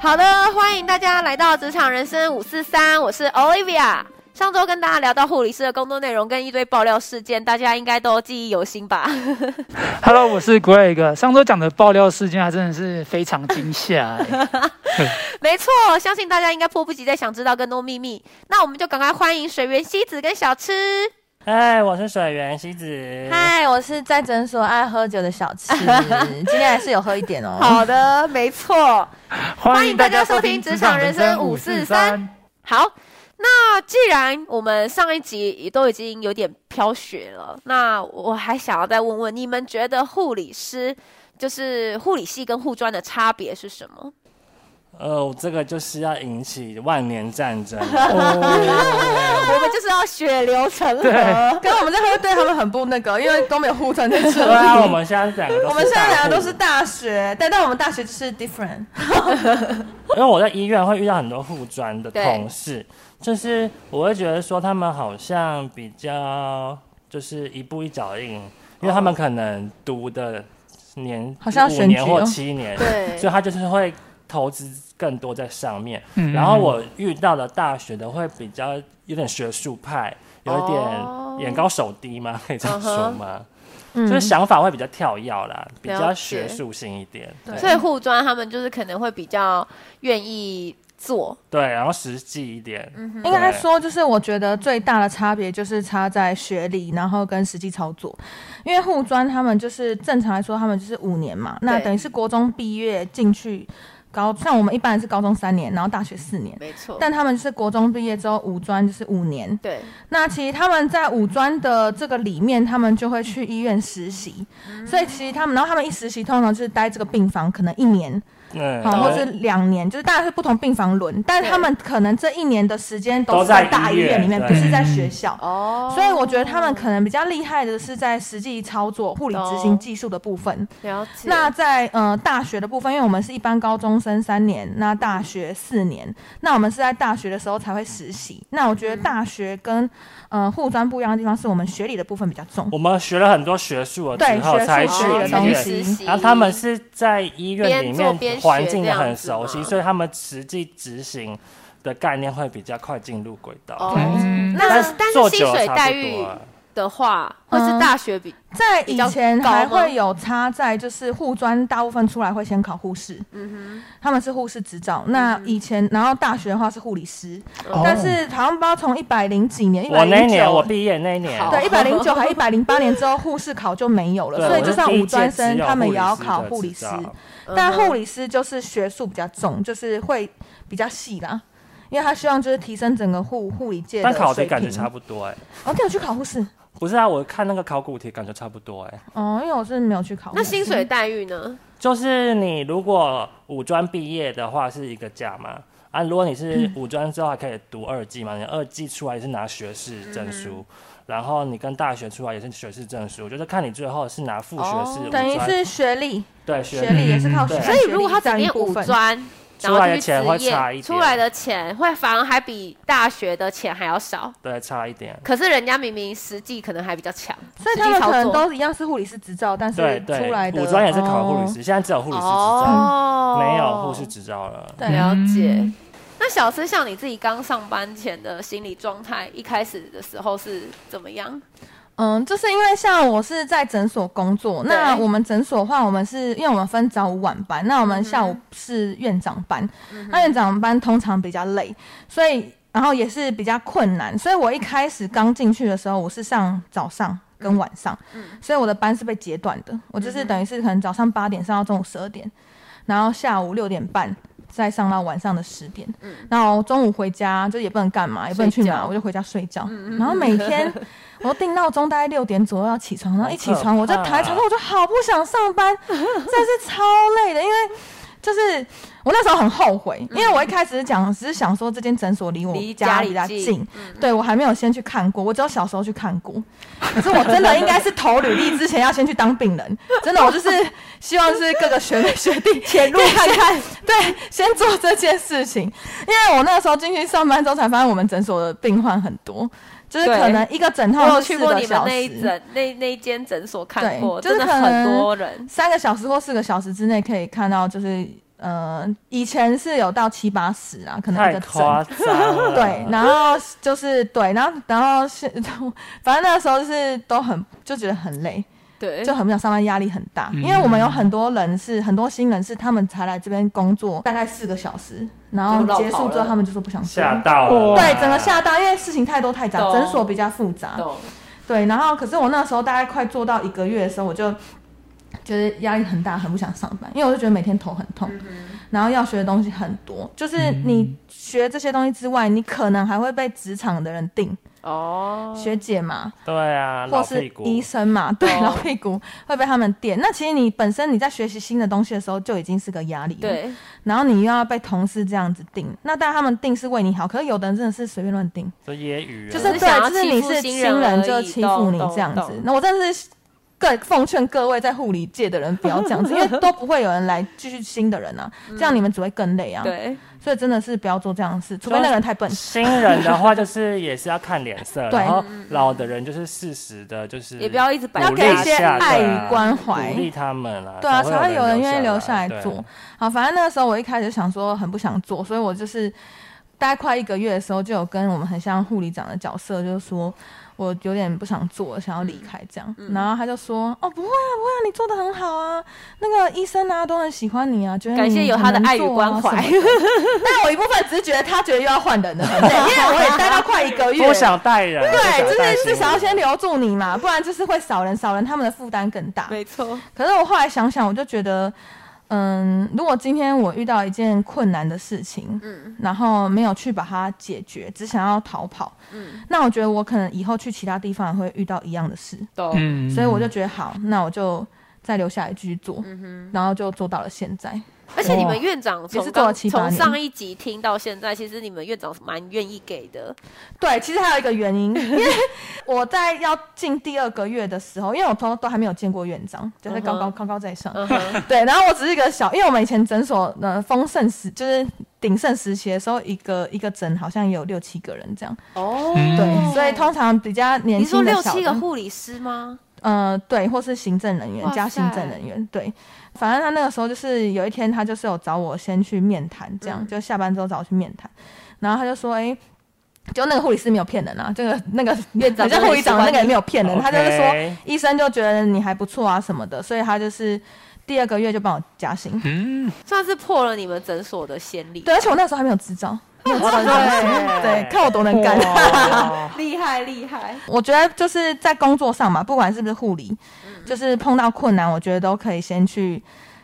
好的，欢迎大家来到职场人生五四三，我是 Olivia。上周跟大家聊到护理师的工作内容跟一堆爆料事件，大家应该都记忆犹新吧？ Hello，我是 Greg。上周讲的爆料事件还真的是非常惊吓、 欸没错，相信大家应该迫不及待想知道更多秘密。那我们就赶快欢迎水源西子跟小吃。嗨，哎我是水源西子。嗨，我是在诊所爱喝酒的小 吃，今天还是有喝一点哦。好的，没错。欢迎大家收听《职场人生五四三》。好，那既然我们上一集也都已经有点飘雪了，那我还想要再问问，你们觉得护理师就是护理系跟护专的差别是什么？呃，这个就是要引起万年战 争。哦我们就是要血流成河对。跟我们在喝对他们很不那个，因为都没有互传在 这对里。啊，我们现在两个都是我们嗯现在两个都是大大学，但但我们大学就是 different。户，因为我在医院会遇到很多护专的对同事，就是我会觉得说他们好像比较就是一步一脚印，因为他们可能读的年好像要五选举年或哦七年，对所以他就是会投资更多在上面。嗯然后我遇到的大学的会比较有点学术派，有一哦点眼高手低吗？ 可以这样说吗？嗯就是想法会比较跳跃啦，比了较解学术性一点。所对以护专他们就是可能会比较愿意做，对，然后实际一点。嗯应该说，就是我觉得最大的差别就是差在学历，然后跟实际操作。因为护专他们就是正常来说，他们就是五年嘛，那对等于是国中毕业进去高，像我们一般是高中三年，然后大学四年。没错。但他们是国中毕业之后，五专就是五年。对，那其实他们在五专的这个里面，他们就会去医院实习，嗯所以其实他们，然后他们一实习，通常就是待这个病房可能一年，嗯，好、然后或是两年，就是大家是不同病房轮，但是他们可能这一年的时间都都是在在大医医院院里面，对嗯不是在学校。哦所以我觉得他们可能比较厉害的是在实际操作、护理执行技术的部分。了解。那在呃大学的部分，因为我们是一般高中生三年，那大学四年，那我们是在大学的时候才会实习。那我嗯觉得大学跟呃护专不一样的地方，是我们学理的部分比较重。我们学了很多学术了对之后学术才去学哦的医东院西然后他们是在医院里边做面边环学境这样很子熟悉，吗所以他们实际执行的概念会比较快进入轨道。哦嗯，那但是但做是薪久了水差不待多遇啊的话，会是嗯大学比在以前比较高吗还会有差在，就是护专大部分出来会先考护士，嗯他们是护士执照。那以前，然后大学的话是护理师，但哦是好像不知道从一百零几年，一百哦我那一零年我九，毕业那一年，好对，一百零九还一百零八年之后护士考就没有了，对所以我就是算第一五届专只生有他们护也理要师考的护执理师，照嗯嗯但护理师就是学术比较重，就是会比较细啦。因为他希望就是提升整个护护理界的但水平。考题感觉差不多哎、哦，你有去考护士？不是啊，我看那个考古题感觉差不多哎、哦，因为我是没有去考嗯护那士。薪水待遇呢？就是你如果五专毕业的话是一个价嘛，啊，如果你是嗯五专之后还可以读二技嘛，你二技出来也是拿学士证嗯书，然后你跟大学出来也是学士证书，就是看你最后是拿副学士，哦五等于专是学历，对学学历也历，是靠对学历所以如果他只占一念部五分，专，然出后来就的去钱会职业差一点出来的钱会反而还比大学的钱还要少。对，差一点。可是人家明明实际可能还比较强，所以他们实际操可能作都一样是护理师执照，但是对出来对，五的专也是考护理师，哦现在只有护理师执照，哦没有护士执照了。对了啊，解。那小思，像你自己刚上班前的心理状态，一开始的时候是怎么样？嗯，就是因为像我是在诊所工作，对那我们诊所的话，我们是因为我们分早午晚班，那我嗯们下午是院长班，那院长班通常比较累，所以然后也是比较困难，所以我一开始刚进去的时候，我是上早上。嗯跟晚上，所以我的班是被截断的。我就是等于是可能早上八点上到中午十二点，然后下午六点半再上到晚上的十点，然后中午回家就也不能干嘛，也不能去嗯睡哪，觉嗯我就回家睡觉。然后每天我定闹钟大概六点左右要起床，然后一起好床我可就怕躺在床上，我就好不想上班， 真的是超累的，因为就是。我那时候很后悔，因为我一开始讲只是想说这间诊所离我离家家里里的近近，对我还没有先去看过，我只有小时候去看过。可是我真的应该是投履历之前要先去当病人，真的，我就是希望是各个学妹学弟潜入看看，对，先做这件事情。因为我那个时候进去上班之后，才发现我们诊所的病患很多，就是对可能一个诊我套有是去四过个你们小那一时，诊那那一间诊所看对过，就是真的可很能多人。三个小时或四个小时之内可以看到就是呃，以前是有到七八十啊，可能一太个整。夸张了。 对，然后就是对，然后然后是，反正那时候就是都很就觉得很累，对，就很不想上班，压力很大。嗯因为我们有很多人是很多新人是他们才来这边工作大概四个小时，然后就落跑结束之后了他们就说不想做吓到啊了，对，整个吓到，因为事情太多太杂，懂诊所比较复杂。懂，对，然后可是我那时候大概快做到一个月的时候，我就 觉得压力很大，很不想上班，因为我就觉得每天头很嗯痛，然后要学的东西很多，就是你学这些东西之外，你可能还会被职场的人定哦，学姐嘛，对啊，或老是屁股，哦医生嘛，对， 懂老屁股会被他们电。那其实你本身你在学习新的东西的时候就已经是个压力了，对，然后你又要被同事这样子定，那当然他们定是为你好，可是有的人真的是随便乱定。这揶揄啊，就就是是想对，要就是你欺负是新新人而人已就欺负你懂这样子懂。那我真的是各奉劝各位在护理界的人不要这 样子，因为都不会有人来继续新的人啊，这样你们只会更累啊。嗯对，所以真的是不要做这样的事，除非那个人太笨。新人的话，就是也是要看脸色，对然后老的人就是适时的，就是也不要一直摆要鼓给励一烂，些下爱对啊与关怀鼓励他们啦。对啊，才会有人愿意留留下来对做。好，反正那个时候我一开始想说很不想做，所以我就是大概快一个月的时候，就有跟我们很像护理长的角色，就是说我有点不想做，想要离开这样。然后他就说：“哦，不会啊，不会啊，你做的很好啊，那个医生啊都很喜欢你啊，觉得感谢你有很他的能爱与做啊关怀什么 的但我一部分只是觉得他觉得又要换人了，很累因为我也待到快一个月。多想带人，对，多就想带是至新少要人先留住你嘛，不然就是会少人，少人他们的负担更大。没错，可是我后来想想，我就觉得，嗯，如果今天我遇到一件困难的事情，嗯然后没有去把它解决，只想要逃跑，嗯，那我觉得我可能以后去其他地方也会遇到一样的事，懂，嗯，所以我就觉得好，那我就再留下来继续做，嗯然后就做到了现在。而且你们院长也是从做了刚七八从年上一集听到现在，其实你们院长蛮愿意给的，对，其实还有一个 原因，因为我在要进第二个月的时候，因为我都都还没有见过院长，就是高高嗯哼高高在上，嗯哼，对，然后我只是一个小，因为我们以前诊所呃丰盛时就是鼎盛时期的时候，一个一个诊好像也有六七个人这样，哦，对，所以通常比较年你说轻的六小七个的护理师吗？呃对，或是行政人员哇加行塞政人员对，反正他那个时候就是有一天他就是有找我先去面谈，这样、嗯就下班之后找我去面谈，然后他就说哎。就那个护理师没有骗人啊，这个那个 院长好像护理长那个也没有骗人， OK 他就是说医生就觉得你还不错啊什么的，所以他就是第二个月就帮我加薪。嗯，算是破了你们诊所的先例，对，而哦且我那时候还没有执照，没有执照嗯就对对，看我多能干。哇厉害厉害，我觉得就是在工作上嘛，不管是不是护理，嗯就是碰到困难，我觉得都可以先去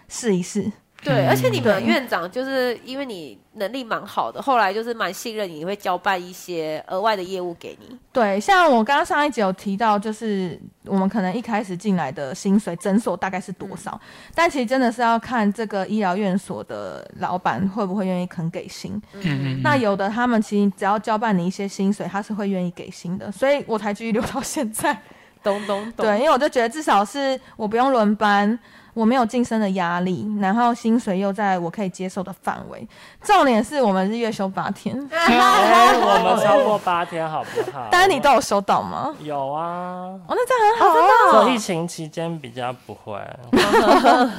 试一试。对，嗯而且你们对院长就是因为你能力蛮好的，后来就是蛮信任你，会交办一些额外的业务给你。对，像我刚刚上一集有提到，就是我们可能一开始进来的薪水诊所大概是多少，嗯但其实真的是要看这个医疗院所的老板会不会愿意肯给薪。嗯那有的他们其实只要交办你一些薪水，他是会愿意给薪的，所以我才继续留到现在。懂懂懂，对，因为我就觉得至少是我不用轮班，我没有晋升的压力，然后薪水又在我可以接受的范围。重点是我们日月休八天，哎我们超过八天好不好？当然你都有收到吗？有啊，哦，那这样很好啊。所以疫情期间比较不会。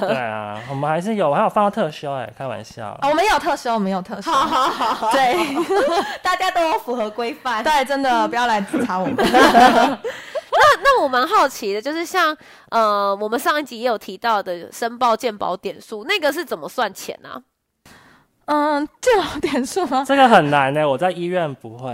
对啊，我们还是有，还有放到特休哎、开玩笑。哦我们也有特休，我们也有特休。好好好， 对大家都有符合规范。对，真的不要来查我们。 那我蛮好奇的，就是像呃，我们上一集也有提到的申报健保点数，那个是怎么算钱啊？嗯，这种点数 吗？这个很难欸呢、我在医院不会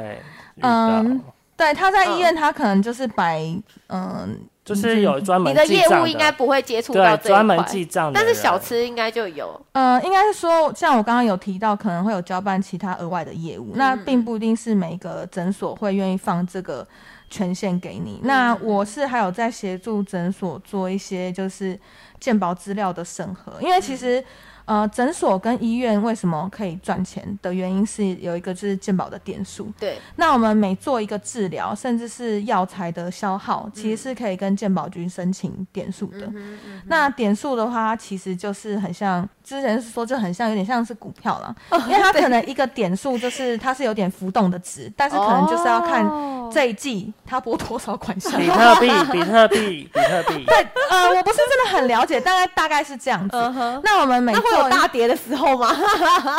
遇到，嗯对，他在医院，他可能就是摆，嗯，就是有专门你的记业账务应该不会接触到对这专一门块，记账的但人，是小吃应该就有。呃，应该是说，像我刚刚有提到，可能会有交办其他额外的业务，那并不一定是每个诊所会愿意放这个权限给你。那我是还有在协助诊所做一些就是健保资料的审核，因为其实。呃，诊所跟医院为什么可以赚钱的原因是有一个就是健保的点数，对，那我们每做一个治疗，甚至是药材的消耗，其实是可以跟健保局申请点数嗯的。嗯那点数的话，它其实就是很像之前是说就很像，有点像是股票啦，哦因为它可能一个点数就是它是有点浮动的值，但是可能就是要看哦这一季他拨多少 款项？比特币，比特币，比特币。呃，我不是真的很了解，大概大概是这样子。嗯哼，那我们每那会有做大跌的时候吗？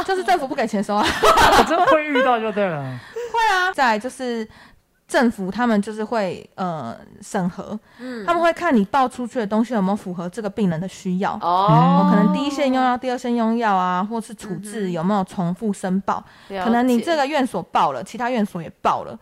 就是政府不给钱收啊，我真的会遇到就 对了。会啊。 再来就是政府他们就是会呃审核，嗯 他们会看你报出去的东西有没有符合这个病人的需要。哦，嗯可能第一线用药、第二线用药啊，或是处嗯置有没有重复申报？了解，可能你这个院所报了，其他院所也报了，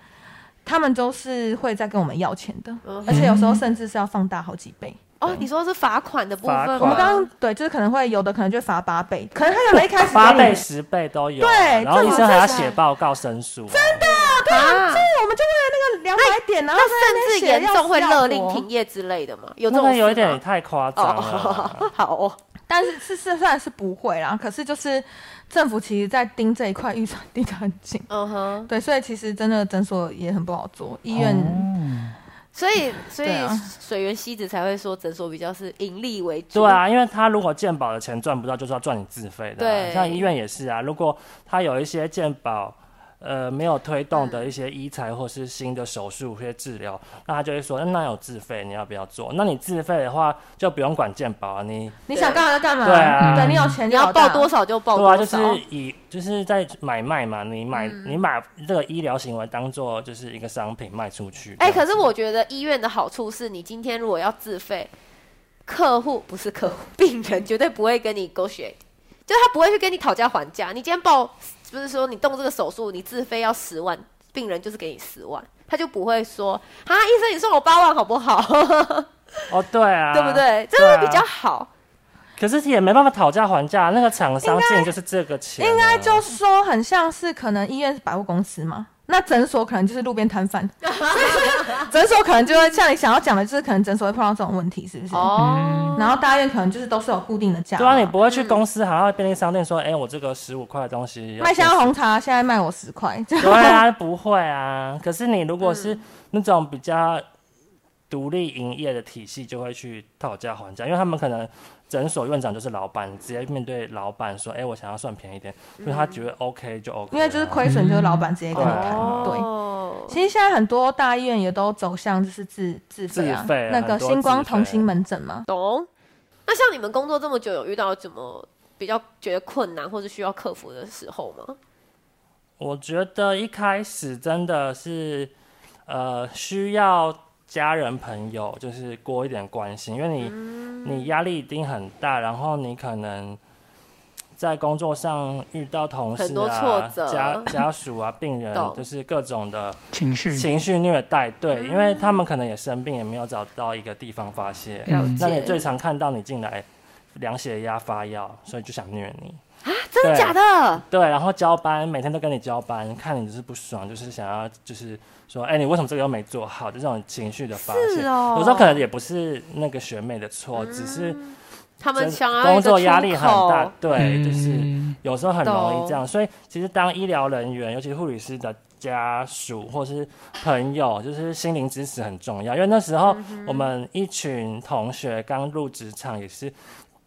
他们都是会再跟我们要钱的，嗯哼而且有时候甚至是要放大好几倍。哦，你说是罚款的部分罚吗，款我刚刚对，就是可能会有的可能就罚八倍，可能他有的一开始八给你倍、十倍都有，啊对然后这医种生还要这种写报告申诉，真的。啊，我们就为了那个两百点，然后那哎甚至严重会勒令停停。业之类的嘛？有这那种个事有一点也吗太夸张了。哦，好哦，但是是是虽然是不会啦，可是就是政府其实在盯这一块预算盯得很紧，嗯哼，对，所以其实真的诊所也很不好做，医院、哦哦所以所以对啊水源西子才会说诊所比较是盈利为主，对，啊，因为他如果健保的钱赚不到，就是要赚你自费的、啊。对像医院也是啊，如果他有一些健保。呃，没有推动的一些医材或是新的手术、一些治疗，那他就会说，那那有自费，你要不要做？那你自费的话，就不用管健保啊，你你想干嘛就干嘛，对啊你有钱你就好要报多少，少就报对啊，多就少，嗯是以就是在买卖嘛，你买、你把这个医疗行为当做就是一个商品卖出去。哎、这样可是我觉得医院的好处是你今天如果要自费，客户不是客户，病人绝对不会跟你 negotiate，就是他不会去跟你讨价还价。你今天报，不是说你动这个手术，你自费要十万，病人就是给你十万，他就不会说啊，医生你送我八万好不好？哦，对啊，对不对？这对会啊比较好。可是也没办法讨价还价，那个厂商进就是这个钱啊、应该就是说很像是可能医院是百货公司嘛。那诊所可能就是路边摊贩， 所以诊所可能就会像你想要讲的，就是可能诊所会碰到这种问题，是不是？哦，然后大院可能就是都是有固定的价嘛，对啊，你不会去公司还要便利商店说，哎、我这个十五块的东西要麦香红40。茶现在卖我十块， 这对啊，不会啊。可是你如嗯果是那种比较独立营业的体系，就会去讨价还价，因为他们可能诊所院长就是老板，你直接面对老板说，哎、我想要算便宜一点，所以他觉得 OK 就 OK 啊。因为就是亏损，就是老板直接跟你谈。对，哦，其实现在很多大医院也都走向就是自自费啊，自费啊那个很多星光自费同心门诊嘛，懂。那像你们工作这么久，有遇到怎么比较觉得困难或者需要克服的时候吗？我觉得一开始真的是，呃，需要家人朋友就是多一点关心，因为你、嗯你压力一定很大，然后你可能在工作上遇到同很事多啊挫、折家家属啊、病人懂，嗯就是各种的情绪，情绪虐待，对，因为他们可能也生病，也没有找到一个地方发泄。了嗯那你解最常看到你进来量血压、发药，所以就想虐你。啊，真的对假的？对，然后交班，每天都跟你交班，看你就是不爽，就是想要就是说，哎、你为什么这个又没做好？就这种情绪的发泄，是哦嗯有时候可能也不是那个学妹的错，只是他们真想要一工个作压出力很口大，对，就是嗯有时候很容易这样。所以其实当医疗人员，尤其护理师的家属或是朋友，就是心灵支持很重要，因为那时候我们一群同学刚入职场也是。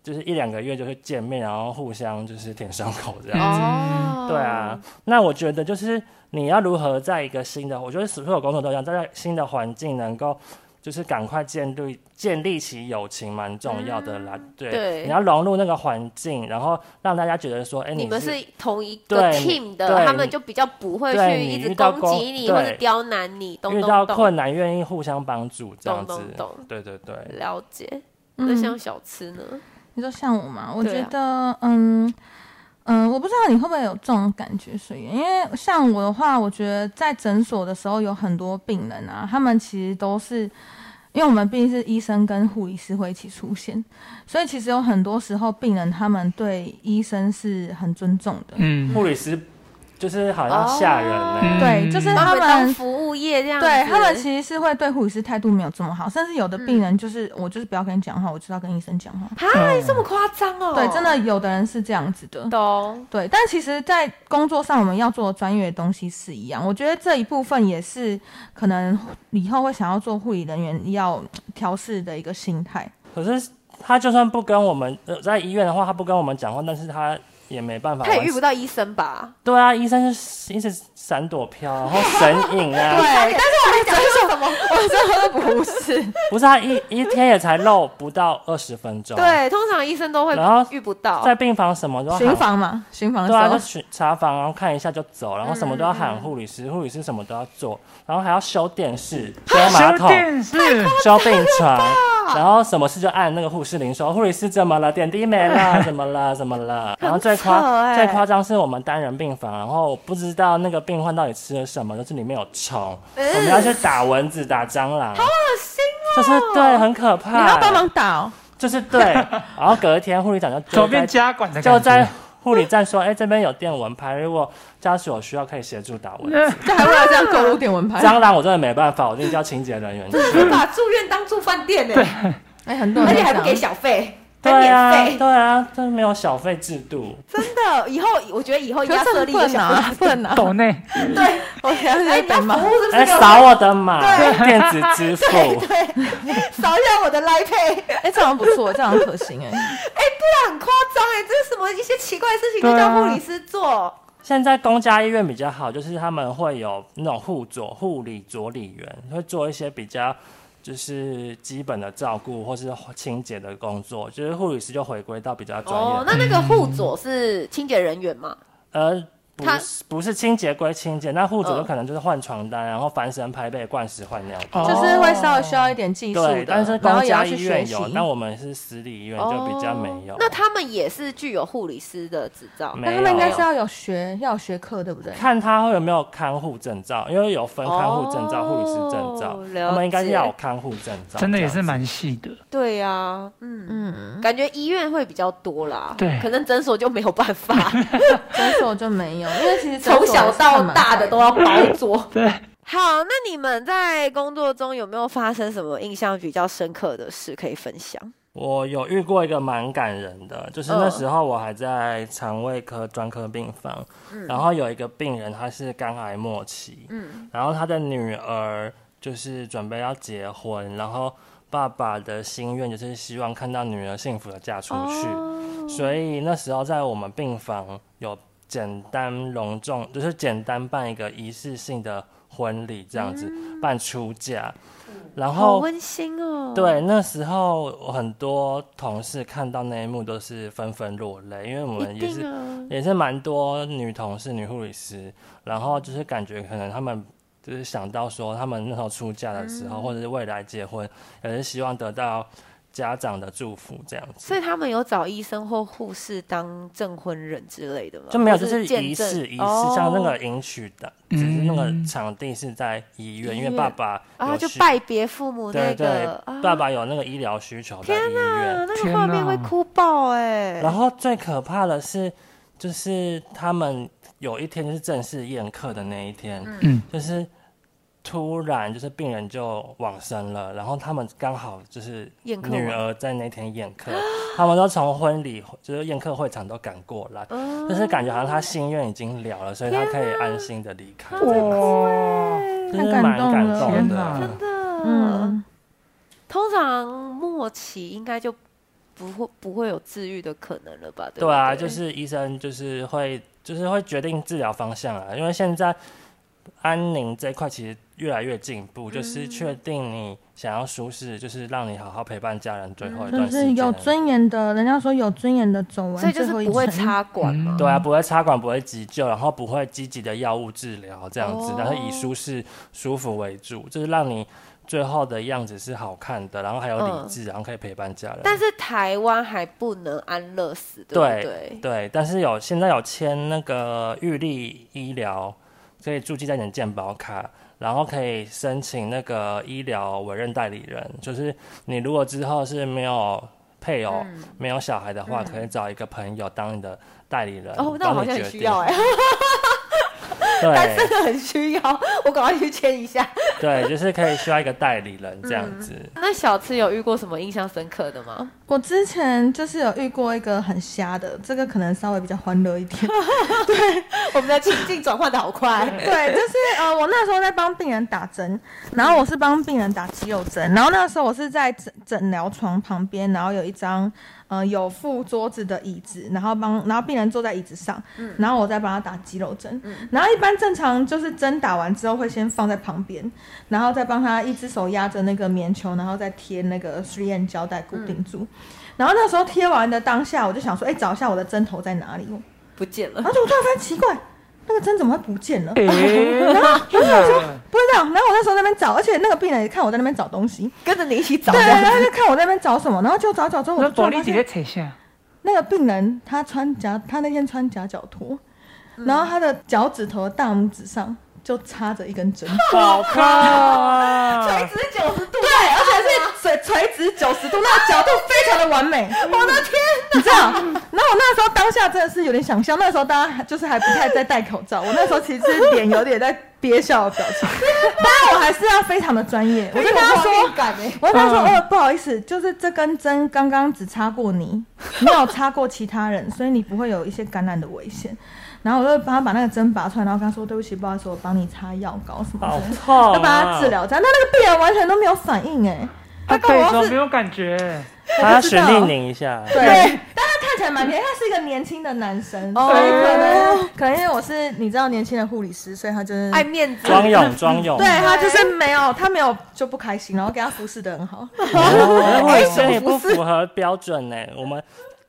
就是一两个月就会见面，然后互相就是舔伤口这样子。哦，嗯对啊，，嗯那我觉得就是你要如何在一个新的，我觉得所有工作都一样，在新的环境能够就是赶快建立建立起友情，蛮重要的啦。嗯对，对你要融入那个环境，然后让大家觉得说，哎、你们是是同一个对 team 的，对他们就比较不会对去你一直遇到攻攻击你对或者刁难你，懂遇懂到懂，困难愿意互相帮助这样子。懂懂懂对对对，了解。那嗯，像小吃呢？你说像我嘛，我对觉啊得，嗯嗯，我不知道你会不会有这种感觉，所以因为像我的话，我觉得在诊所的时候有很多病人啊，他们其实都是因为我们毕竟是医生跟护理师会一起出现，所以其实有很多时候病人他们对医生是很尊重的，嗯，护理师就是好像吓人欸呢、哦嗯对，就是把他们当们。服务业这样子，嗯对他们嗯其实是会对护理师态度没有这么好，甚至有的病人就是、我就是不要跟你讲话，我就是要跟医生讲话。嗨，这么夸张哦？对，真的有的人是这样子的。懂，对，但其实，在工作上我们要做的专业的东西是一样，我觉得这一部分也是可能以后会想要做护理人员要调试的一个心态。可是他就算不跟我们、呃、在医院的话，他不跟我们讲话，但是他也没办法他完也遇成不。到医生吧？对啊，医生是一直闪躲飘，然后神隐啊， 对，但是我讲的是什么？我真的不是，不是他一一天也才露不到二十分钟。，对，通常医生都会然后遇不到。在病房什么都巡喊，房嘛，巡房的对啊，就时候，嗯巡查房，然后看一下就走，然后什么都要喊护理师，护理师什么都要做，然后还要修电 视、修马修桶、电视，修病床，然后什么事就按那个护士铃说，护理师怎么了？点滴没了，怎么了？怎么了？然后最很扯夸欸最夸张是我们单人病房，然后不知道那个病患到底吃了什么，就是里面有虫，嗯我们要去打蚊子、打蟑螂，好恶心哦，就是对，很可怕，你要帮忙打哦，就是对，然后隔天护理长就左就在边加管的就感在 觉。护理站说，哎、这边有电蚊拍，如果家属有需要可以协助打蚊 子。这还为了这样购入点蚊拍，蟑螂我真的没办法，我一定叫清洁人员去。你把住院当住饭店呢、欸哎，很多人而都且还不这给样小费，对还啊，免费。对啊，这没有小费制度。真的，以后我觉得以后应可该是这设很立一个笨小费啊，笨啊！抖内对，我现在哎，在你要被服骂，务是不哎、是给我扫我的码，对电子支 付， 扫一下我的 Line Pay，哎，这好像不错，这好像可行 哎。这很夸张哎，这是什么一些奇怪的事情对都啊叫护理师做？现在公家医院比较好，就是他们会有那种护佐、护理佐理员，会做一些比较就是基本的照顾或是清洁的工作，就是护理师就回归到比较专业的哦，那那个护佐是清洁人员嘛？呃，不他是不是清洁归清洁，那护主嗯有可能就是换床单，然后翻身拍背、灌食换尿布。哦就是会稍微需要一点技术对的，，但是然后公也要家去医学院习。有，那我们是私立医院哎就比较没有。哦那他们也是具有护理师的执照，没那他们应该是要有学，要有学课，对不对？看他会有没有看护证照，因为有分看护证照、哦护理师证照，了他们应该是解要有看护证照。真的也这是样子蛮细的，对呀、嗯。嗯，感觉医院会比较多啦，对可能诊所就没有办法， 诊所就没有，因为其实诊所从小到大的都要包桌。对，好，那你们在工作中有没有发生什么印象比较深刻的事可以分享？我有遇过一个蛮感人的，就是那嗯时候我还在肠胃科专科病房，然后有一个病人他是肝癌末期，嗯然后他的女儿就是准备要结婚，然后爸爸的心愿就是希望看到女儿幸福的嫁出去，哦所以那时候在我们病房有简单隆重，就是简单办一个仪式性的婚礼这样子，办出嫁，然嗯好后温馨哦。对，那时候我很多同事看到那一幕都是纷纷落泪，因为我们一也是、定啊，也是蛮多女同事、女护理师，然后就是感觉可能他们就是想到说，他们那时候出嫁的时嗯候，或者是未来结婚，也是希望得到家长的祝福这样子所。以他们有找医生或护士当证婚人之类的吗？就没有，就或是见仪证式，仪式、哦像那个迎娶的，只是那个嗯场地是在医院，医因为院爸爸啊，有就需拜别父母那对对个，啊爸爸有那个医疗需求在医天院啊，，那个天画面哪会哭爆哎、然后最可怕的是，就是他们有一天就是正式宴客的那一天，嗯，就是突然就是病人就往生了，然后他们刚好就是宴客女完儿在那天宴客，他们都从婚礼就是宴客会场都赶过来，哦就是感哦觉好像他心愿已经了了，所以他可以安心的离开，哇，就啊太是感蛮动感了动天的哪。真的，嗯，通常末期应该就不会不会有治愈的可能了吧？对不对啊，对就是医生就是会就是会决定治疗方向啊，因为现在安宁这一块其实越来越进嗯步，就是确定你想要舒适，就是让你好好陪伴家人最后一就段时嗯是间。有尊严的，人家说有尊严的走完所以就是最后一不会程插管嘛。对啊，不会插管，不会急救，然后不会积极的药物治疗这样子哦，但是以舒适、舒服为主，就是让你最后的样子是好看的，然后还有嗯理智，然后可以陪伴家人。但是台湾还不能安乐死，对不对？对，但是有现在有签那个预立医疗，可以注记在你的健保卡，然后可以申请那个医疗委任代理人，就是你如果之后是没有配偶、嗯没有小孩的话，可以找一个朋友当你的代理人。哦，那我帮好你像决很需定要哎、对， 真的很需要，我赶快去签一下。 对，就是可以需要一个代理人这样子。 嗯那小次有遇过什么印象深刻的吗？我之前就是有遇过一个很瞎的，这个可能稍微比较欢乐 一点。我们的情境转换的好快， 对，就是呃，我那时候在帮病人打针，然后我是帮病人打肌肉针，然后那个时候我是在诊诊疗床旁边，然后有一张呃有附桌子的椅子，然后帮然后病人坐在椅子上，嗯然后我再帮他打肌肉针，然后一般正常就是针打完之后会先放在旁边，然后再帮他一只手压着那个棉球，然后再贴那个 three N 胶带固定嗯住。然后那时候贴完的当下，我就想说，哎、找一下我的针头在哪里。不见了然。后就我突然发现奇怪， 那个针怎么会不见了？ 哎， 不知道。然后我那时候在那边找，而且那个病人也看我在那边找东西，跟着你一起找对，的。然后就看我在那边找什么，然后就找找之后，我那就突玻然璃发直现接扯下，那个病人他穿夹，他那天穿夹脚拖，然后他的脚趾头的大拇指上就插着一根针，好靠啊！ 只是九十度，对，而且是垂垂直九十度，那个角度非常的 完美，我的天，你知道？然后我那时候当下真的是有点想笑，那时候大家还就是还不太在戴口罩，我那时候其实是脸有点在憋笑的表 情，当然我还是要非常的专业，我就跟他说。感哎，我跟他说：“嗯哦，不好意思，就是这根针刚刚只插过你，没有插过其他人，所以你不会有一些感染的危险。”然后我就帮他把那个针拔出来，然后跟他说：“对不起，不好意思，我帮你擦药膏什么好的，痛、啊！ 要把他治疗。”这样，那那个病人完全都没有反应，哎，啊他干嘛腿要怎么是没有感觉？ 他要我不知道选令拧一下。对，但他看起来蛮年，他是一个年轻的男生，所哦以可能可能因为我是你知道年轻的护理师，所以他就是爱面子。装勇装勇。对他就是没有，他没有就不开心，然后给他服侍的很好。哦，哎我这也不不是符合标准呢、我们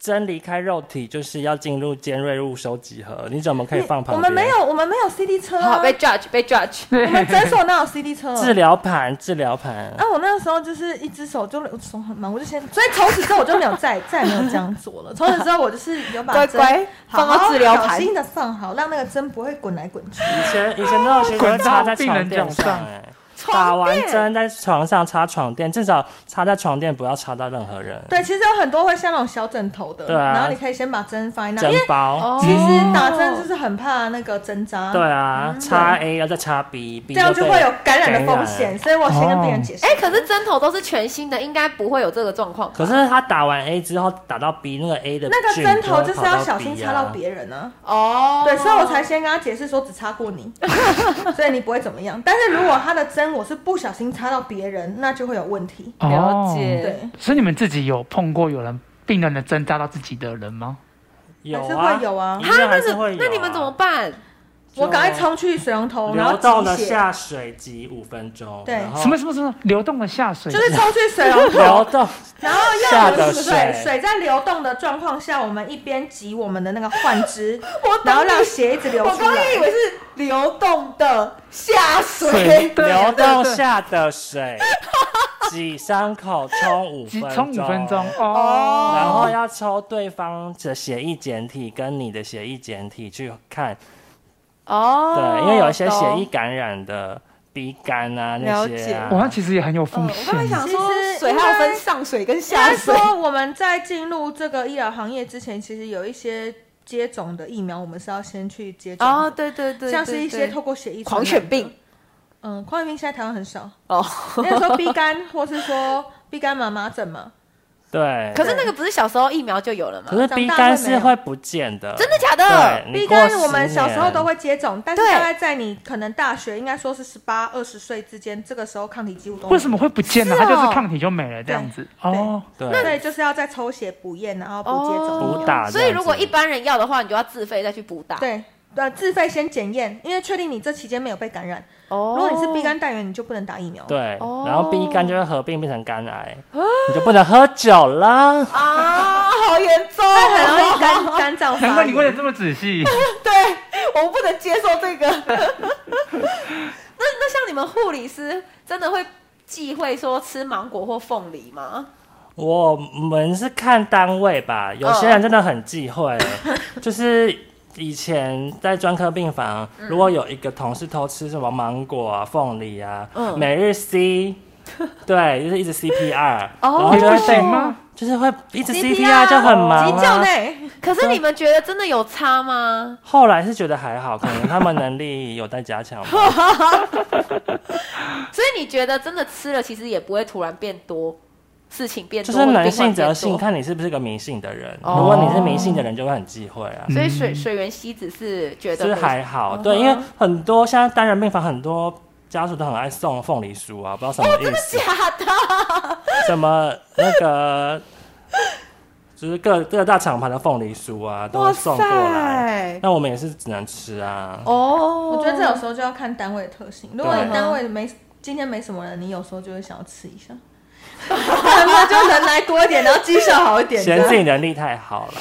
真离开肉体就是要进入尖锐入手几何，你怎么可以放旁边？我们没有，我们没有 CD 车啊好，，被 judge，被 judge。我我们诊所哪有 CD 车？治疗盘，治疗盘。啊，我那个时候就是一只手就手很忙，我就先，所以从此之后我就没有再 再也没有这样做了。从此之后我就是有把乖针乖好放到治疗小盘心的放好，让那个针不会滚来滚去。以 前以前那种学生插在床垫上、哎，打完针在床上插床垫，至少插在床垫不要插到任何人。对，其实有很多会像那种小枕头的，对啊然后你可以先把针放在那，针因为包，嗯哦其实打针就是很怕那个针扎，对，啊，插 A 要再插 B，B 嗯这样就会有感染的风险，。所以我先跟病人解释。哎，可是针头都是全新的，应该不会有这个状况吧。可是他打完 A 之后打到 B，那个 A 的那个针头就是要小心插插到。别人啊，哦，对，所以我才先跟他解释说只插过你，所以你不会怎么样。但是如果他的针我是不小心插到别人，那就会有问题。了解对，哦所以你们自己有碰过有人病人的针扎到自己的人吗？有还是啊会有啊一哈，定那还是是会有啊。那你们怎么办？我赶快冲去水龙头，哦然后流动的挤血，下水及五分钟，对然后哦什么什么什么流动的下水？就是冲去水龙流头，动？ 然后下要的有水水，水在流动的状况下，我们一边挤我们的那个患肢 我，然后让血一直流我出刚来刚以。为是流动的下水水， 对流动对对下的水，挤伤口冲五几分钟，冲五分钟哦，然后要抽对方的血液检体跟你的血液检体去看，哦对，因为有一些血液感染的鼻肝啊那了些啊解哇，那其实也很有风懂。嗯我险刚才。想说其，实水还有分上水跟应下该水。说，我们在进入这个医疗行业之前，其实有一些接种的疫苗，我们是要先去接种的，哦，对对对，像是对一些对透过血液传狂染犬的病，嗯，狂犬病现在台湾很少，哦。那时候 B 肝或是说 B 肝妈妈疹嘛，对，可是那个不是小时候疫苗就有了吗可？是鼻肝是会不见的，真的假的？对，你 B 过肝我们10小时候年都会接种，但是对大概在你可能大学，应该说是十八、二十岁之间，这个时候抗体几乎都为什么会不见呢？是哦它就是抗体就没了这样子对哦。对对，就是要再抽血补验，然后补接种疫哦苗。补打这样子所以如果一般人要的话，你就要自费再去补打。，对，呃，自费先检验，因为确定你这期间没有被感染。哦如果你是 B 肝带源，你就不能打疫苗。，对，哦然后 B 肝就会合并变成肝癌，你就不能喝酒啦。啊，好严重哦，那很容易肝肝脏难发怪你问的炎。这么仔细。对，我们不能接受这个。那那像你们护理师真的会忌讳说吃芒果或凤梨吗？我们是看单位吧，有些嗯人真的很忌讳，就是以前在专科病房，嗯如果有一个同事偷吃什么芒果啊、凤梨啊，嗯每日 C，对，就是一直 CPR，、哦然后 就你会不行被吗？就是会一直 CPR CPR 就很忙哦急救啊。呢？可是你们觉得真的有差吗？ 后来是觉得还好，可能他们能力有待加强吧。 所以你觉得真的吃了，其实也不会突然变多，事情变就多，是或者能病患信则变信，多。看你是不是个迷信的人。哦嗯如果你是迷信的人，就会很忌讳啊。所以水水源希子是觉得就是没还好，对，因为嗯很多现在单人病房很多家属都很爱送凤梨酥啊，不知道什么意思，假哦的，什么那个就是各各大厂牌的凤梨酥啊，都会送过来。那我们也是只能吃啊。哦，我觉得这有时候就要看单位的特性。如果对你单位没今天没什么人，你有时候就会想要吃 一下，那就能来多一点，然后绩效好一点。嫌自己能力太好了，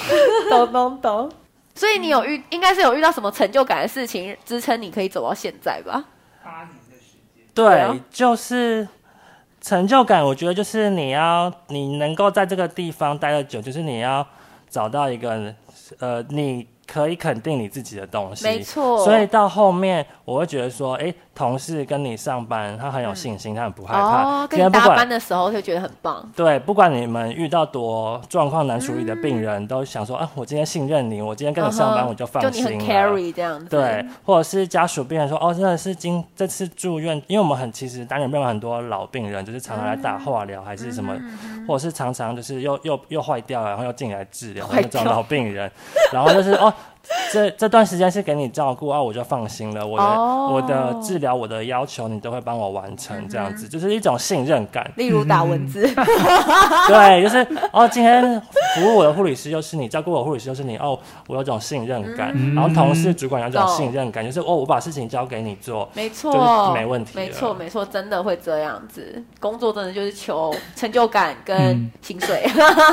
懂懂懂。所以你有遇，应该是有遇到什么成就感的事情支撑你可以走到现在吧？啊对，就是成就感。我觉得就是你要，你能够在这个地方待得久，就是你要找到一个呃，你可以肯定你自己的东西。没错，所以到后面，我会觉得说，哎、同事跟你上班，他很有信哎心，他很不害怕。哦，跟今你天不搭班管的时候就觉得很棒，对，不管你们遇到多状况难处理的病人，都想说，啊，我今天信任你，我今天跟你上班，嗯哼我就放就你心了。很 carry 这样子，对，或者是家属病人说，哦，真的是今这次住院，因为我们很其实单人病房很多老病人，就是常常来打化疗还是什嗯么，或者是常常就是又又又坏掉了，然后又进来治疗坏那掉种老病人， 然后就是哦，这这段时间是给你照顾啊，我就放心了，我的、哦，我的治疗我的要求你都会帮我完成，这样子就是一种信任感例如打蚊子，嗯 对，就是哦，今天服务我的护理师就是你，照顾我的护理师就是你，哦，我有种信任感，然后同事主管有种懂信任感，就是哦，我把事情交给你做， 没就是错，没问题了没错没错，真的会这样子。工作真的就是求成就感嗯跟薪水。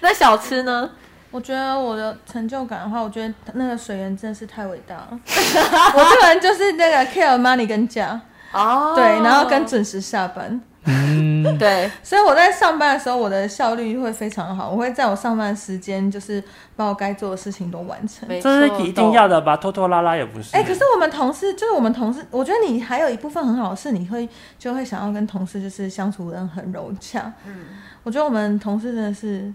那小吃呢？我觉得我的成就感的话，我觉得那个水源真的是太伟大了。 我这个人就是那个 care money 跟价，哦，对，然后跟准时下班。嗯，对，所以我在上班的时候，我的效率会非常好。我会在我上班时间，就是把我该做的事情都完成。没错这是一定要的吧？拖拖拉拉也不是。哎、可是我们同事，就是我们同事，我觉得你还有一部分很好的是，你会就会想要跟同事就是相处的很融洽。嗯，我觉得我们同事真的是，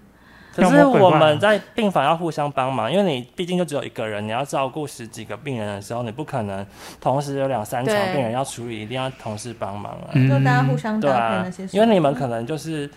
可是我们在病房要互相帮忙，因为你毕竟就只有一个人，你要照顾十几个病人的时候，你不可能同时有两三场对病人要处理，一定要同事帮忙啊。嗯就大家互相对搭配啊那些事、，因为你们可能就是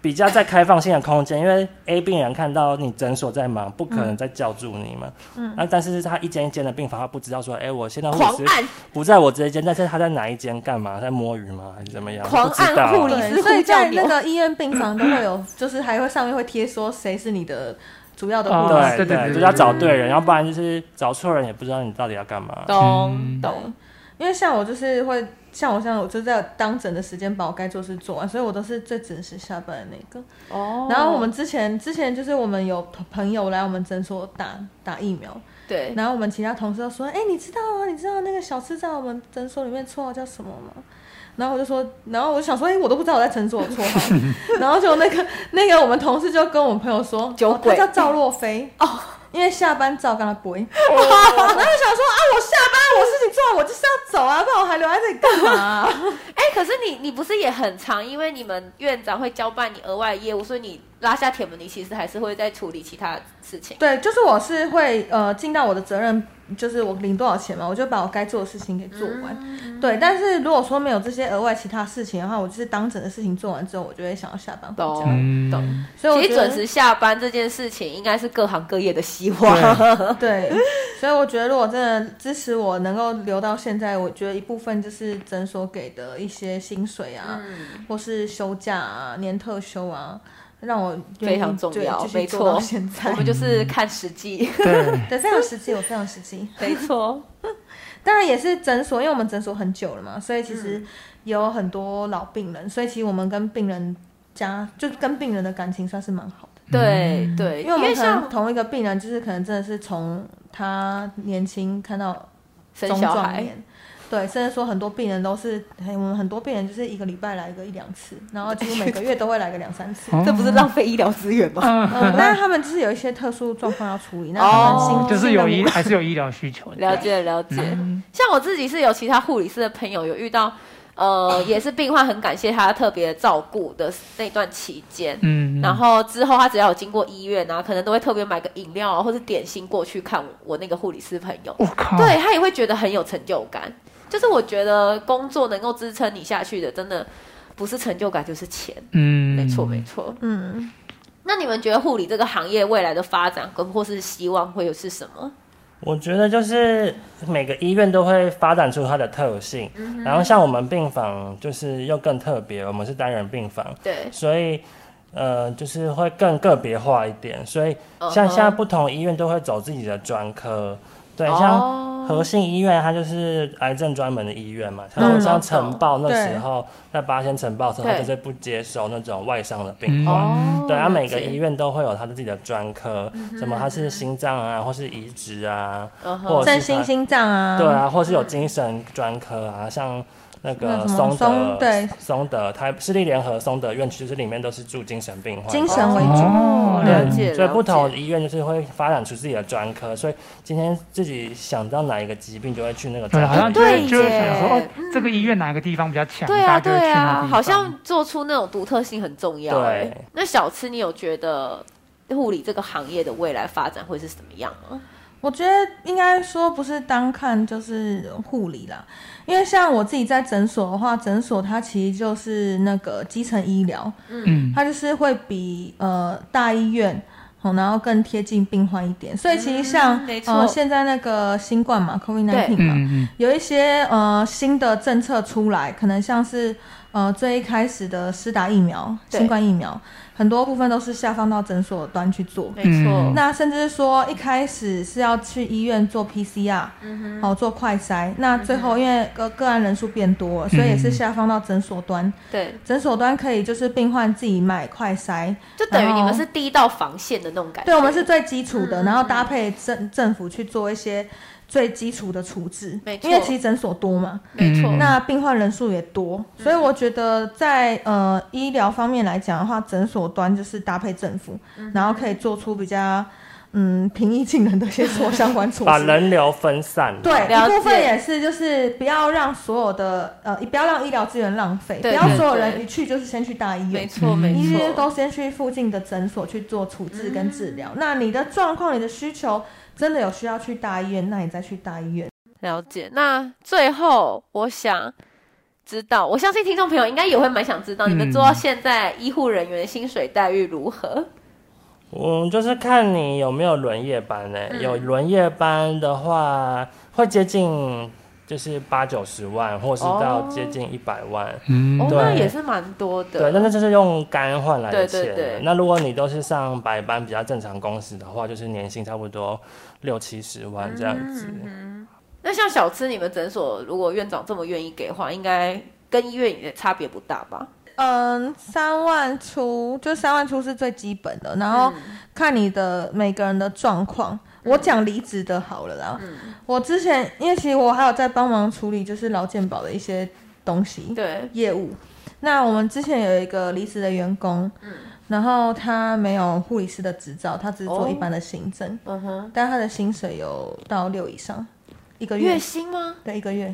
比较在开放性的空间，因为 A 病人看到你诊所在忙，不可能再叫住你们。嗯，那、但是他一间一间的病房，他不知道说，哎、我现在护狂理师按不在我这一间，但是他在哪一间干嘛？在摸鱼吗？还是怎么样？狂不知按道啊护理对你是所呼以叫在那钮个医院病房都会有，就是还会上面会贴说谁是你的主要的护理哦师。对对对对就是要找对人，要不然就是找错人也不知道你到底要干嘛。懂嗯懂，因为像我就是会，像我像我就在当诊的时间把我该做的事做完，所以我都是最准时下班的那个。哦然后我们之前之前就是我们有朋朋友来我们诊所打打疫苗，对，然后我们其他同事都说：“哎、你知道啊？你知道那个小吃在我们诊所里面绰号叫什么吗？”然后我就说，然后我就想说，哎、我都不知道我在诊所有绰号。然后就那个那个我们同事就跟我们朋友说，酒哦鬼他叫赵若飞哦，因为下班照跟他不会。 然后我想说啊，我下班我事情做完我就是要走啊，不然我还留在这里干嘛啊、哎，可是你你不是也很长，因为你们院长会交办你额外的业务，所以你拉下铁门，你其实还是会在处理其他的事情。对，就是我是会呃尽到我的责任，就是我领多少钱嘛，我就把我该做的事情给做完。嗯对，但是如果说没有这些额外其他事情的话，我就是当整的事情做完之后，我就会想要下班回家。嗯懂懂。所以我其觉实得准时下班这件事情，应该是各行各业的希望。对，对， 所以我觉得如果真的支持我能够留到现在，我觉得一部分就是诊所给的一些薪水啊，嗯或是休假啊、年特休啊，让我愿意非常重就要继续没做错到现在 我，们就是看实 际， 对，对，非常实际，我非常实际。没错。当然也是诊所，因为我们诊所很久了嘛，所以其实也有很多老病人，所以其实我们跟病人家就是跟病人的感情算是蛮好的， 对对，因为我们可能像同一个病人，就是可能真的是从他年轻看到生中小壮孩，年。对，甚至说很多病人都是，哎我们很多病人就是一个礼拜来个一两次，然后几乎每个月都会来个两三 次。哦这不是浪费医疗资源吗？嗯，但是他们就是有一些特殊状况要处理，那他们心、哦就是有医一还是有医疗需求的，了解了解。像我自己是有其他护理师的朋友有遇到，呃，也是病患很感谢他特别照顾的那段期间。嗯，然后之后他只要有经过医院啊，可能都会特别买个饮料啊或者点心过去看我那个护理师朋友，哦我靠，对他也会觉得很有成就感。就是我觉得工作能够支撑你下去的，真的不是成就感就是钱。嗯，没错，没错。嗯，那你们觉得护理这个行业未来的发展跟或是希望会有是什么？我觉得就是每个医院都会发展出它的特性，嗯然后像我们病房就是又更特别，我们是单人病房，对，所以呃就是会更个别化一点。所以像嗯哼现在不同医院都会走自己的专科，对，像哦和信医院它就是癌症专门的医院嘛，嗯像像晨报那对时候在八仙晨报的时候，它对就是不接收那种外伤的嗯病患。哦，对，它每了个解医，院都会有它自己的专科，什么它是心脏啊，或是移植啊，嗯哼或者身是它心心脏啊，对，啊，或是有精神专科啊，像那个那什么松德松对松德台市立联合松德院区，就是里面都是住精神病患，嗯精神为主哦哦，了解，所以了不同解医院就是会发展出自己的专科，所以今天自己想到哪一个疾病就会去那个专对，科。好像就对会就会想说，耶哦，这个医院哪个地方比较强？对大啊，家就会对去那个啊地，好方像做出那种独特性很重要、对欸。那小吃，你有觉得护理这个行业的未来发展会是什么样吗？我觉得应该说不是单看就是护理啦，因为像我自己在诊所的话，诊所它其实就是那个基层医疗，嗯，它就是会比呃大医院。哦，然后更贴近病患一点，所以其实像、嗯没错呃现在那个新冠嘛，COVID 对 nineteen 嘛，嗯嗯有一些呃新的政策出来，可能像是呃最一开始的施打疫苗、对新冠疫苗，很多部分都是下放到诊所端去做。没错，嗯那甚至说一开始是要去医院做 PCR，、哦嗯做快筛，那最后因为个个案人数变多了，所以也是下放到诊所端。对，诊所端可以就是病患自己买快筛，就等于然后你们是第一道防线的那种感觉。对我们是最基础嗯的，然后搭配政政府去做一些最基础的处置没，错因为其实诊所多嘛，没错，嗯那病患人数也多，嗯所以我觉得在呃医疗方面来讲的话，诊所端就是搭配政府，嗯然后可以做出比较嗯平易近人的一些措相关 措把施。人流分散，对，了一部分解也是就是不要让所有的呃，不要让医疗资源浪费，不对要对所有对人一去就是先去大医没院。错，嗯没医错，院都先去附近的诊所去做处置嗯跟治疗。那你的状况、你的需求真的有需要去大医院，那你再去大医院。了解。那最后，我想知道，我相信听众朋友应该也会蛮想知道，你们嗯做到现在，医护人员的薪水待遇如何？我就是看你有没有轮夜班呢、嗯有轮夜班的话，会接近就是八九十万，或是到哦接近一百万。嗯哦，对那也是蛮多的。对，那那就是用肝换来的对对钱。对那如果你都是上白班比较正常工时的话，就是年薪差不多六七十万这样子。嗯那像小吃，你们诊所如果院长这么愿意给的话，应该跟医院也差别不大吧？嗯，三万出就三万出是最基本的，然后看你的每个人的状况。我讲离职的好了啦，我之前因为其实我还有在帮忙处理就是劳健保的一些东西对，业务。那我们之前有一个离职的员工，然后他没有护理师的执照，他只是做哦一般的行政，嗯哼，但他的薪水有到六以上，一个月月薪吗？对一个月，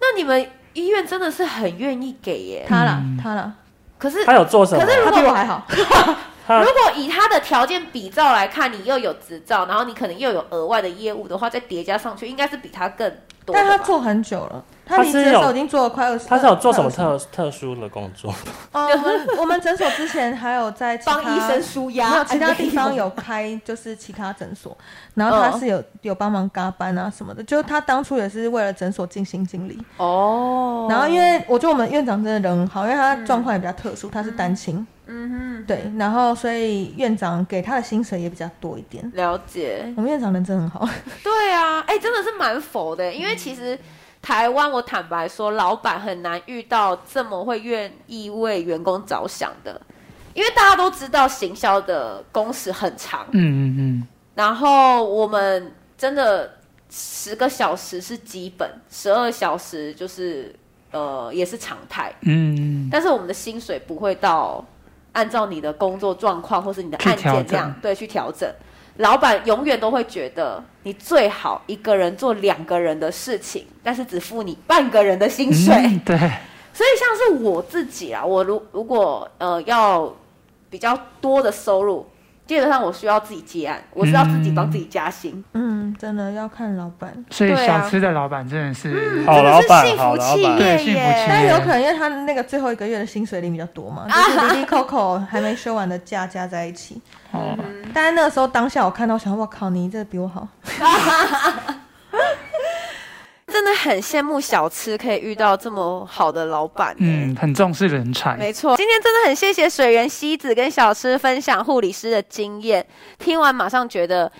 那你们医院真的是很愿意给耶。他啦、嗯他啦，可是，他有做什么可？是如他比我果还好，他如果以他的条件比照来看，你又有执照，然后你可能又有额外的业务的话，再叠加上去，应该是比他更多的但吧。他做很久了，他他离职是的时有候已经做了快二十，他是有做什么快20特特殊的工作？ 哦，我们我们诊所之前还有在其他帮医生舒压，没有其他哎 地方。有开，就是其他诊所，然后他嗯是有有帮忙嘎班啊什么的，就是他当初也是为了诊所尽心尽力。哦，然后因为我觉得我们院长真的人很好，因为他状况也比较特殊，他是单亲，嗯对，然后所以院长给他的薪水也比较多一点哼，。了解。我们院长人真的很好，对啊，哎、真的是蛮佛的，因为其实台湾，我坦白说，老板很难遇到这么会愿意为员工着想的，因为大家都知道行销的工时很长，嗯嗯然后我们真的十个小时是基本，十二小时就是呃也是常态，嗯嗯，但是我们的薪水不会到按照你的工作状况或是你的去案调件整这样对去调整。老板永远都会觉得你最好一个人做两个人的事情，但是只付你半个人的薪水。嗯对，所以像是我自己啊，我如如果呃要。比较多的收入，基本上我需要自己接案，我需要自己帮自己加薪，嗯，真的要看老板。所以对啊嗯小吃的老板真的是好真老的是板幸好福老企板对业幸福企业耶。但有可能因为他那个最后一个月的薪水领比较多嘛，就是滴滴 Coco 还没休完的假加在一起。哦，但是那个时候当下我看到，我想我靠，你这个比我好。真的很羡慕小吃可以遇到这么好的老板、嗯，，很重视人才。没错，今天真的很谢谢水源希子跟小吃分享护理师的经验，听完马上觉得。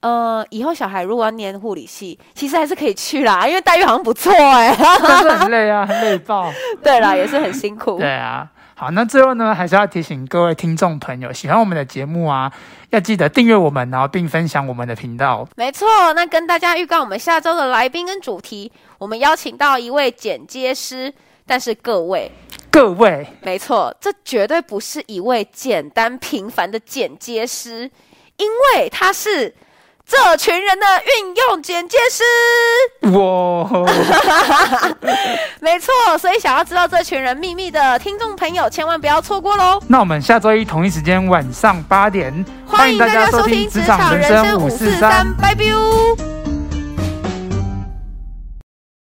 呃，以后小孩如果要念护理系，其实还是可以去啦，因为待遇好像不错哎、但是很累啊，很累爆。 对啦，也是很辛苦。对啊，好，那最后呢，还是要提醒各位听众朋友，喜欢我们的节目啊，要记得订阅我们，然后并分享我们的频道。没错，那跟大家预告我们下周的来宾跟主题，我们邀请到一位剪接师，但是各位，各位，没错，这绝对不是一位简单平凡的剪接师，因为他是这群人的运用剪接师。我没错，所以想要知道这群人秘密的听众朋友，千万不要错过喽！那我们下周一同一时间晚上八点，欢迎大家收听《职场人生五四三》，拜拜哦。